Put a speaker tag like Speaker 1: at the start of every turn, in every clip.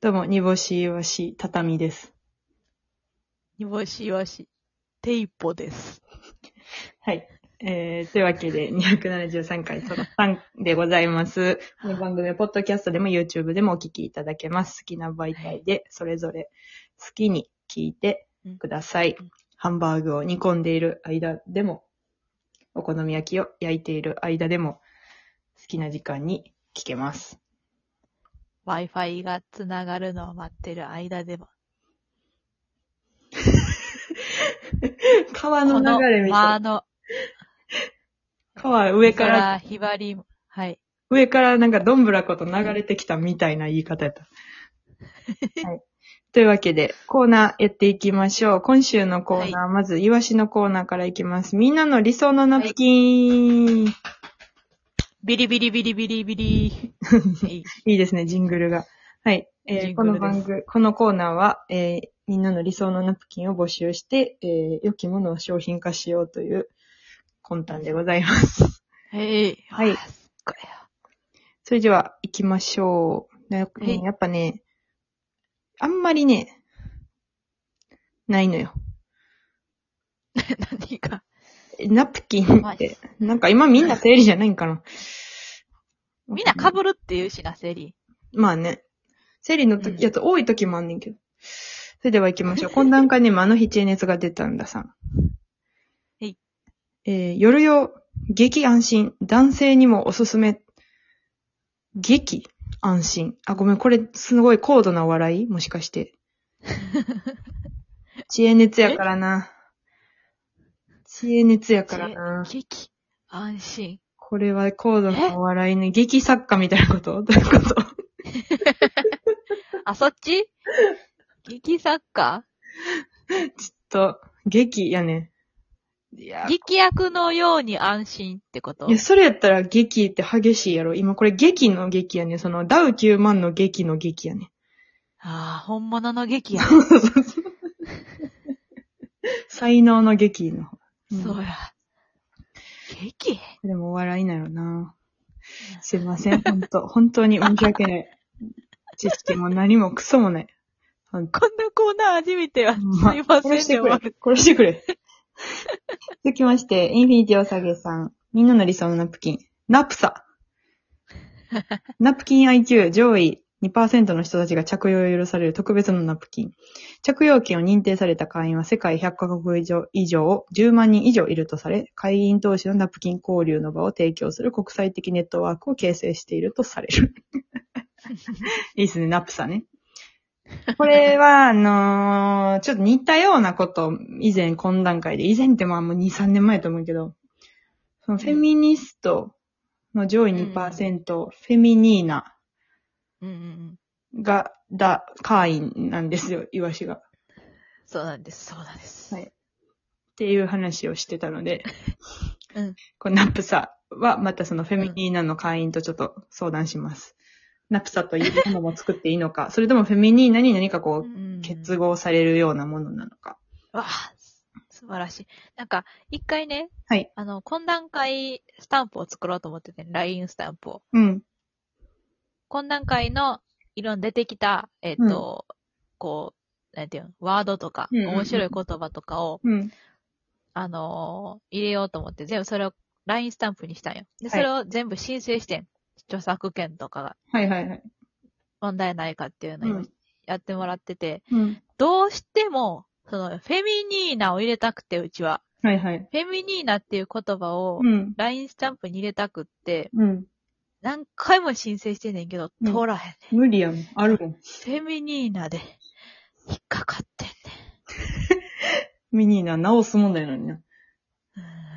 Speaker 1: どうも、煮干しいわし、畳です。
Speaker 2: 煮干しいわし、テイポです。
Speaker 1: はい。えー、というわけで、273回、その3でございます。この番組は、ポッドキャストでも YouTube でもお聞きいただけます。好きな媒体で、それぞれ好きに聞いてください
Speaker 2: うん。
Speaker 1: ハンバーグを煮込んでいる間でも、お好み焼きを焼いている間でも、好きな時間に聞けます。
Speaker 2: Wi-Fi がつながるのを待ってる間でも。
Speaker 1: 川の流れみた
Speaker 2: 間
Speaker 1: い。
Speaker 2: の
Speaker 1: 川上から
Speaker 2: 美空ひばりも、はい。
Speaker 1: 上からなんかどんぶらこと流れてきたみたいな言い方やった。はい。 というわけで、コーナーやっていきましょう。今週のコーナー、まず、イワシのコーナーからいきます。みんなの理想のナプキン、い、
Speaker 2: ビリビリビリビリ ビリ。はい
Speaker 1: いですね、ジングルが。はい。え
Speaker 2: ジ
Speaker 1: ー
Speaker 2: ン
Speaker 1: こ
Speaker 2: グル
Speaker 1: の
Speaker 2: です
Speaker 1: 番組、このコーナーは、えーみんなの理想のナプキンを募集して、えー良きものを商品化しようという魂胆でございます。
Speaker 2: はい。
Speaker 1: はい
Speaker 2: あすっごい
Speaker 1: それでは行きましょう。ね
Speaker 2: はい
Speaker 1: やっぱね、あんまりね、ないのよ。
Speaker 2: 何か。
Speaker 1: えナプキン
Speaker 2: は
Speaker 1: っ
Speaker 2: い
Speaker 1: て、なんか今みんな生理じゃないんかな。
Speaker 2: みんな被るっていうしな、セリ。
Speaker 1: まあね。生理の
Speaker 2: うん
Speaker 1: 時、やつ多い時もあんねんけど。それでは行きましょう。懇談会にもあの日知恵熱が出たんださん。
Speaker 2: い
Speaker 1: えー夜用、激安心、男性にもおすすめ。激安心。あ、ごめん、これすごい高度なお笑いもしか して。知恵熱やからな。知恵熱やからな。
Speaker 2: 激、安心。
Speaker 1: これは高度なお笑いね。劇作家みたいなことどういうこと
Speaker 2: あ、そっち激作家
Speaker 1: と、劇やね。いや、い
Speaker 2: 劇薬のように安心ってこと
Speaker 1: やそれやったら劇って激しいやろ。今これ劇の劇やね。その、ダウ9万の劇の劇や ね。
Speaker 2: ああ、本物の劇や。
Speaker 1: 才能の劇の方。ん
Speaker 2: そうや。激
Speaker 1: でもお笑いなよな。すいません。本当本当に申し訳ない。知識も何もクソもない。本当
Speaker 2: こんなコーナー初めては、す
Speaker 1: ま
Speaker 2: いま
Speaker 1: 殺
Speaker 2: せんで
Speaker 1: して
Speaker 2: 終
Speaker 1: く
Speaker 2: わ
Speaker 1: れ
Speaker 2: る。。
Speaker 1: 殺してくれ。 続きまして、インフィニティおさげさん。みんなの理想のナプキン。ナプ サ。ナプキン IQ 上位2%の人たちが着用を許される特別のナプキン。着用権を認定された会員は世界100カ国以上以上10万人以上いるとされ、会員同士のナプキン交流の場を提供する国際的ネットワークを形成しているとされる。いいですね、ナプサね。これは、あのーちょっと似たようなことを以前懇談会で、以前ってまあもう2、3年前と思うけど、そのフェミニストの上位2%、フェミニーナ
Speaker 2: うんうんうん。
Speaker 1: が、だ、会員なんですよ、イワシが。っ
Speaker 2: そうなんです、そうなんです。
Speaker 1: はいていう話をしてたの で、
Speaker 2: うん。
Speaker 1: このナプサはまたそのフェミニーナの会員とちょっと相談します。ナプサというものも作っていいのか、それともフェミニーナに何かこう、結
Speaker 2: 合。
Speaker 1: 合されるようなものなのか。
Speaker 2: わあ、す素晴らしい。なんか、一回ね、
Speaker 1: はい。
Speaker 2: あの、懇談会スタンプを作ろうと思ってて、LINE スタンプを。
Speaker 1: うん。
Speaker 2: 懇談会の色に出てきた、えっ、と、こう、なんていうの、ワードとか、
Speaker 1: うんうんうん
Speaker 2: 面白い言葉とかを、
Speaker 1: うん。
Speaker 2: あのー入れようと思って、全部それを LINE スタンプにしたんよ。で、
Speaker 1: は
Speaker 2: そ
Speaker 1: い
Speaker 2: れを全部申請してん、著作権とかが
Speaker 1: はいはいはい。
Speaker 2: 問題ないかっていうの
Speaker 1: う
Speaker 2: を今
Speaker 1: ん
Speaker 2: やってもらってて、
Speaker 1: うん。
Speaker 2: どうしても、その、フェミニーナを入れたくて、うちは。
Speaker 1: はいはい。
Speaker 2: フェミニーナっていう言葉を
Speaker 1: う、ん。
Speaker 2: LINE スタンプに入れたくって、
Speaker 1: うん。
Speaker 2: 何回も申請してんねんけど、
Speaker 1: うん
Speaker 2: 通らへんね、
Speaker 1: 無理やん。あるもん。
Speaker 2: ん。フェミニーナで、引っかかってん
Speaker 1: ミニーナ直すもんだよなにな。
Speaker 2: ね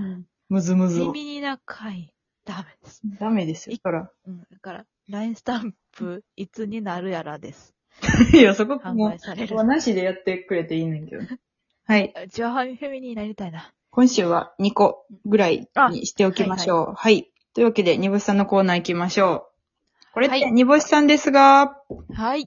Speaker 2: ん。
Speaker 1: むずむず
Speaker 2: フェ
Speaker 1: を。
Speaker 2: ミニーナ会、ダメです。
Speaker 1: ダメですよ。そら。
Speaker 2: うん。だから、LINE スタンプ、いつになるやらです。
Speaker 1: いや、そこ
Speaker 2: 販
Speaker 1: も
Speaker 2: 売され
Speaker 1: う、
Speaker 2: る
Speaker 1: は。なしでやってくれていいねんけど。はい。
Speaker 2: うちはフェミニーナ入れたいな。
Speaker 1: 今週は2個ぐらいにしておきましょう。はい、というわけで、煮干しさんのコーナー行きましょう。これっ
Speaker 2: は
Speaker 1: て
Speaker 2: い
Speaker 1: 煮干しさんですが、
Speaker 2: はい。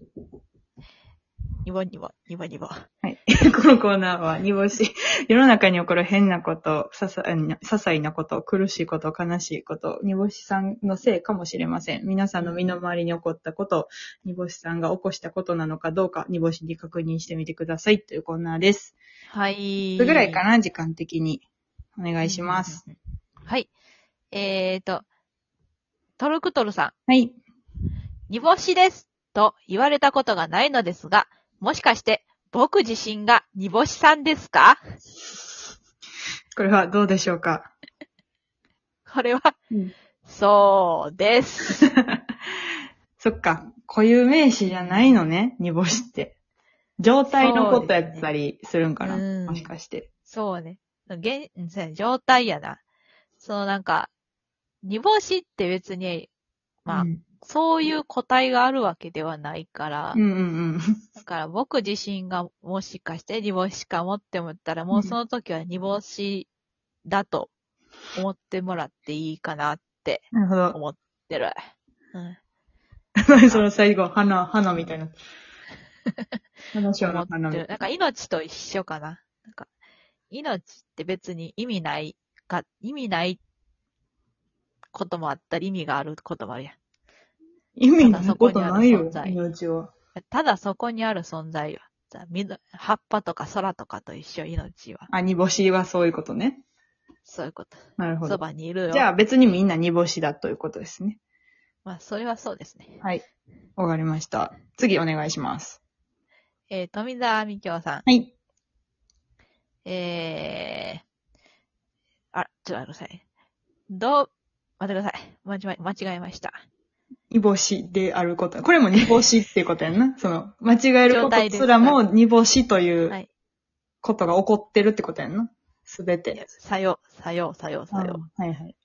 Speaker 2: 煮にわにわ、にわにわ。
Speaker 1: このコーナーは煮干し。 世の中に起こる変なこと、ささ些細なこと、苦しいこと、悲しいこと、煮干しさんのせいかもしれません。皆さんの身の回りに起こったこと、煮干しさんが起こしたことなのかどうか、煮干しに確認してみてくださいというコーナーです。
Speaker 2: はい。
Speaker 1: それぐらいかな、時間的に。お願いします。
Speaker 2: うんうんうんうん。はい。えーと、トルクトルさん。
Speaker 1: はい。
Speaker 2: 煮干しですと言われたことがないのですが、もしかして僕自身が煮干しさんですか
Speaker 1: これはどうでしょうか、
Speaker 2: これは、そうです。
Speaker 1: そっか。固有名詞じゃないのね、煮干しって。状態のことやったりするんかな、
Speaker 2: そうですねうん
Speaker 1: もしかして。
Speaker 2: そうね。現、うんそうやね状態やな。そのなんか、煮干しって別に、まあ、
Speaker 1: うん
Speaker 2: そういう個体があるわけではないから、
Speaker 1: うんうんうん。
Speaker 2: だから僕自身がもしかして煮干しかもって思ったら、もうその時は煮干しだと思ってもらっていいかなって
Speaker 1: なるほど。
Speaker 2: 思ってる。うん
Speaker 1: 何 その最後、花、花みたい な。花しょうの花みたい
Speaker 2: なんか命と一緒かな。なんか命って別に意味ないか、意味ないこともあったり意味があることもあるやん。
Speaker 1: 意味のことないよ
Speaker 2: ただそこにあ、る存在
Speaker 1: 命は。
Speaker 2: ただそこにある存在は、じゃあみど葉っぱとか空とかと一緒、命は。
Speaker 1: あ、煮干しはそういうことね。
Speaker 2: そういうこと。
Speaker 1: なるほ
Speaker 2: そ
Speaker 1: ど。
Speaker 2: ばにいるよ。
Speaker 1: じゃあ別にみんな煮干しだということですね。
Speaker 2: まあ、それはそうですね。
Speaker 1: はい。わかりました。次お願いします。
Speaker 2: えー、富澤美京さん。
Speaker 1: はい。
Speaker 2: えー、あら、ちょっと待ってください。どう、待ってください。間違え、間違えました。
Speaker 1: 煮干しであること。これも煮干しっていうことやん な。その、間違えるこ
Speaker 2: 状態
Speaker 1: と
Speaker 2: です
Speaker 1: すらも煮干しとい
Speaker 2: は
Speaker 1: う
Speaker 2: い
Speaker 1: ことが起こってるってことやんな。すべて。
Speaker 2: さよ、さよ、さよ、さよ。
Speaker 1: うんはいはい。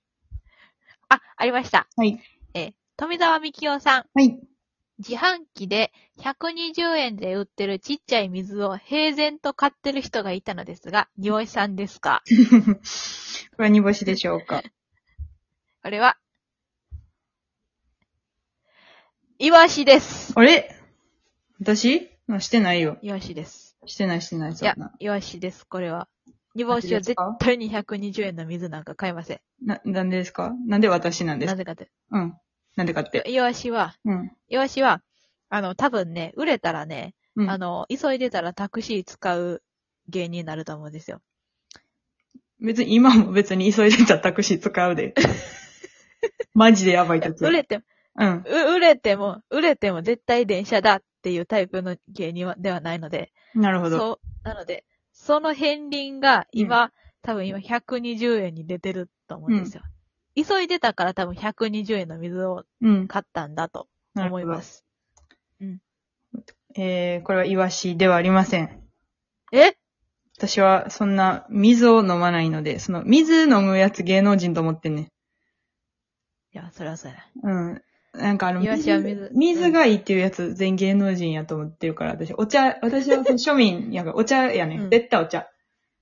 Speaker 2: あ、ありました。
Speaker 1: はい。
Speaker 2: えー、富澤美京さん。
Speaker 1: はい。
Speaker 2: 自販機で120円で売ってるちっちゃい水を平然と買ってる人がいたのですが、においさんですか
Speaker 1: これは煮干しでしょうか
Speaker 2: これは、イワシです。
Speaker 1: あれ私あしてないよ。
Speaker 2: イワシです。
Speaker 1: してないしてない、
Speaker 2: い
Speaker 1: そん
Speaker 2: や
Speaker 1: な。、
Speaker 2: イワシです、これは。煮干しは絶対に120円の水なんか買いません。
Speaker 1: な、なんでですかなんで私なんです
Speaker 2: な
Speaker 1: か
Speaker 2: ぜかという
Speaker 1: うん。なんでかって。
Speaker 2: と。イワシは、
Speaker 1: うん。
Speaker 2: イワシは、あの、多分ね、売れたらね、
Speaker 1: うん。
Speaker 2: あの、急いでたらタクシー使う芸人になると思うんですよ。
Speaker 1: 別に、今も別に急いでたらタクシー使う で。マジでやばい時。
Speaker 2: 売れて
Speaker 1: うん。
Speaker 2: う、売れても、売れても絶対電車だっていうタイプの芸人はではないので、
Speaker 1: なるほど。
Speaker 2: そう、なので、その片鱗が今、多分今120円に出てると思うんですよ。急いでたから多分120円の水を
Speaker 1: うん。
Speaker 2: 買ったんだと
Speaker 1: なるほ
Speaker 2: 思
Speaker 1: ど
Speaker 2: いま。す。
Speaker 1: えー、これはイワシではありません。
Speaker 2: え
Speaker 1: 私はそんな水を飲まないので、その水飲むやつ芸能人と思ってんねん。
Speaker 2: いや、それはそうやな。
Speaker 1: うん。なんかあの、
Speaker 2: イワシは水
Speaker 1: 水がいいっていうやつ、全員芸能人やと思ってるから、私、お茶、私はその庶民やから、お茶やね。
Speaker 2: うんん
Speaker 1: 絶対お茶。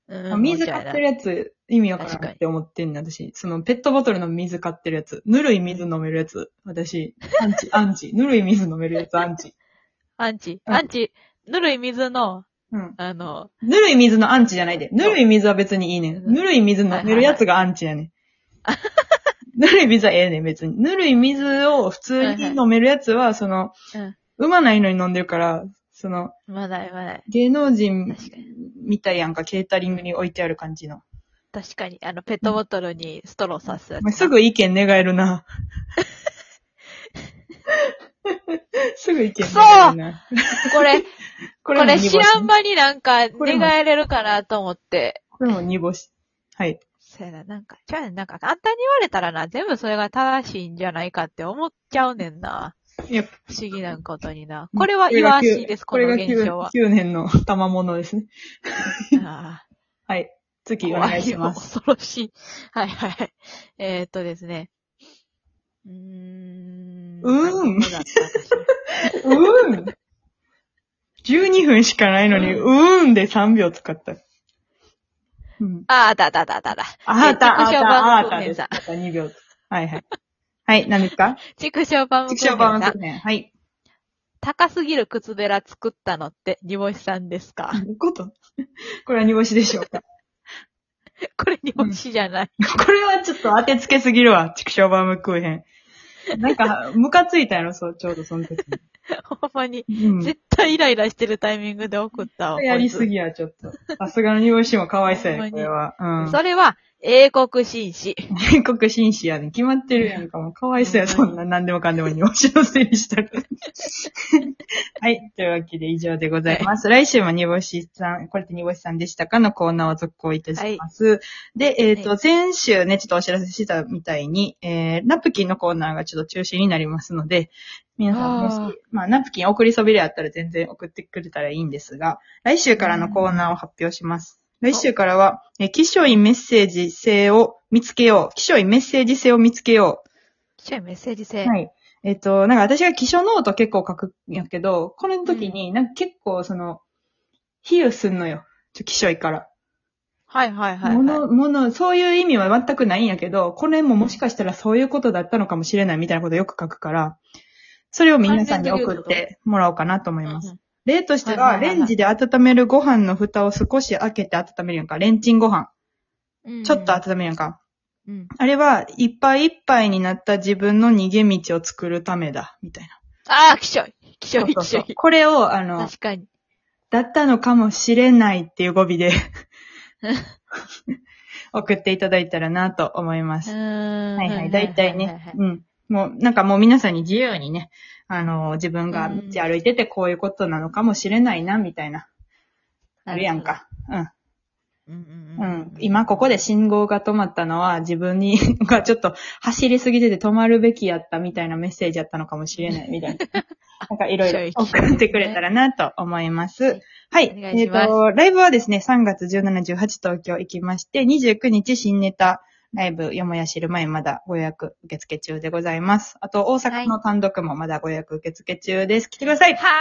Speaker 2: うん
Speaker 1: あ水買ってるやつ、意味わか
Speaker 2: 確
Speaker 1: ら
Speaker 2: か
Speaker 1: ん
Speaker 2: に
Speaker 1: って思ってんね私。その、ペットボトルの水買ってるやつ、ぬるい水飲めるやつ、私、アンチ、アンチ、ぬるい水飲めるやつ、アンチ。
Speaker 2: アンチ、
Speaker 1: うん
Speaker 2: アンチ、ぬるい水の、
Speaker 1: うん。
Speaker 2: あの、
Speaker 1: ぬるい水のアンチじゃないで。ぬるい水は別にいいねん。ぬるい水飲めるやつがアンチやね ん。ぬるい水はええねん、別に。ぬるい水を普通に飲めるやつは、その、
Speaker 2: うん。
Speaker 1: 産まないのに飲んでるから、その、
Speaker 2: まだまだ
Speaker 1: 芸能人
Speaker 2: 確かに。
Speaker 1: みたいやんか、ケータリングに置いてある感じの。
Speaker 2: 確かに。あの、ペットボトルにストローさすやつ
Speaker 1: まあ、すぐ意見願える な。 すぐ意見願えるな。
Speaker 2: これ、
Speaker 1: こ
Speaker 2: これ
Speaker 1: 煮干し
Speaker 2: 知らん間になんか
Speaker 1: これも
Speaker 2: 願えれるかなと思って。
Speaker 1: これも煮干し。はい。
Speaker 2: そうやな、なんか、ちゃうねん、なんか簡単に言われたらな、全部それが正しいんじゃないかって思っちゃうねんな。
Speaker 1: いや
Speaker 2: 不思議なことにな。これはイワシです、こ
Speaker 1: これ
Speaker 2: の
Speaker 1: が
Speaker 2: 現象は。
Speaker 1: 9年の賜物ですね。
Speaker 2: あ
Speaker 1: はい。
Speaker 2: ー
Speaker 1: 次お願いします。
Speaker 2: 怖いよ恐ろしい。はいはいはい。えー、っとですね。うーん。
Speaker 1: うーん
Speaker 2: どこだったかしら
Speaker 1: うーん !12 分しかないのに、うーんで3秒使った。うん。
Speaker 2: あー、あったあったあったあった。
Speaker 1: あーた、あー
Speaker 2: 畜生
Speaker 1: た、
Speaker 2: バ
Speaker 1: あ
Speaker 2: ウ
Speaker 1: ー
Speaker 2: ムクー
Speaker 1: た
Speaker 2: ヘ
Speaker 1: で
Speaker 2: ン
Speaker 1: す。
Speaker 2: さん
Speaker 1: あーた、2秒。はいはい。はい、何ですか
Speaker 2: 畜生バウムクー
Speaker 1: 畜
Speaker 2: ヘ
Speaker 1: 生
Speaker 2: ンさん。
Speaker 1: バウムクーヘン。はい。
Speaker 2: 高すぎる靴べら作ったのって、煮干しさんですか
Speaker 1: どういうことこれは煮干しでしょうか。
Speaker 2: これ煮干しじゃない。
Speaker 1: これはちょっと当てつけすぎるわ。畜生バームクーヘン。なんか、ムカついたやろ、そう、ちょうどその時に。
Speaker 2: ほんまに。
Speaker 1: うん。
Speaker 2: 絶対イライラしてるタイミングで送ったわ。
Speaker 1: やり
Speaker 2: こ
Speaker 1: す
Speaker 2: いつ
Speaker 1: ぎや、ちょっと。さすがの煮干しもかわいそう
Speaker 2: ほんま
Speaker 1: や、
Speaker 2: に
Speaker 1: これは。うん。
Speaker 2: それは、英国紳士。
Speaker 1: 全国紳士やねん。決まってるやんか。もうかわいそうや、
Speaker 2: ほ
Speaker 1: そ
Speaker 2: んまに
Speaker 1: んな。なんでもかんでも煮干しのせいにしたら。 はい。というわけで以上でございます。来週も煮干しさん、これって煮干しさんでしたかのコーナーを続行いたします。で、えっ、と、
Speaker 2: は
Speaker 1: 先週ね、ちょっとお知らせしたみたいに、えー、ナプキンのコーナーがちょっと中止になりますので、皆さんもし
Speaker 2: あー
Speaker 1: まあ、ナプキン送りそびれあったら全然送ってくれたらいいんですが、来週からのコーナーを発表します。来週からは、え、気象院メッセージ性を見つけよう。気象院メッセージ性を見つけよ
Speaker 2: 記者メッセージ
Speaker 1: う。
Speaker 2: 性。
Speaker 1: はい。えっと、なんか私が気象ノート結構書くんやけど、これの時に、なんか結構その、比喩すんのよ。ちょ、気象院から。
Speaker 2: はいはいはい、
Speaker 1: も
Speaker 2: はい。
Speaker 1: の、もの、そういう意味は全くないんやけど、これももしかしたらそういうことだったのかもしれないみたいなことよく書くから、それを皆さんに送ってもらおうかなと思います。例として
Speaker 2: はい
Speaker 1: は、
Speaker 2: はいはいは
Speaker 1: レ
Speaker 2: い
Speaker 1: ンジで温めるご飯の蓋を少し開けて温めるやんか。レンチンご飯。
Speaker 2: うん
Speaker 1: ちょっと温めるやんか。
Speaker 2: うん。
Speaker 1: あれは、いっぱいいっぱいになった自分の逃げ道を作るためだ。みた いな。
Speaker 2: ああ、きしょい。きしょ
Speaker 1: そう
Speaker 2: い、
Speaker 1: そう
Speaker 2: きし
Speaker 1: そ
Speaker 2: ょ
Speaker 1: う
Speaker 2: い。
Speaker 1: これを、あの、
Speaker 2: 確かに。
Speaker 1: だったのかもしれないっていう語尾 で、送っていただいたらなと思います。
Speaker 2: は
Speaker 1: はいはい、だいたいね。うん。もう、なんかもう皆さんに自由にね、あの、自分が道歩いててこういうことなのかもしれないな、みたいな。あるやんか。うん。
Speaker 2: うん。
Speaker 1: う
Speaker 2: うん
Speaker 1: ん。今ここで信号が止まったのは自分に、 がちょっと走りすぎてて止まるべきやったみたいなメッセージやったのかもしれないみたい な。なんかいろいろ送ってくれたらなと思います。はい。
Speaker 2: お願いします
Speaker 1: えっ、と、ライブはですね、3月17、18東京行きまして、29日新ネタライブよもや知る前まだご予約受付中でございます。あと、大阪の単独もまだご予約受付中です。来てください
Speaker 2: はーい。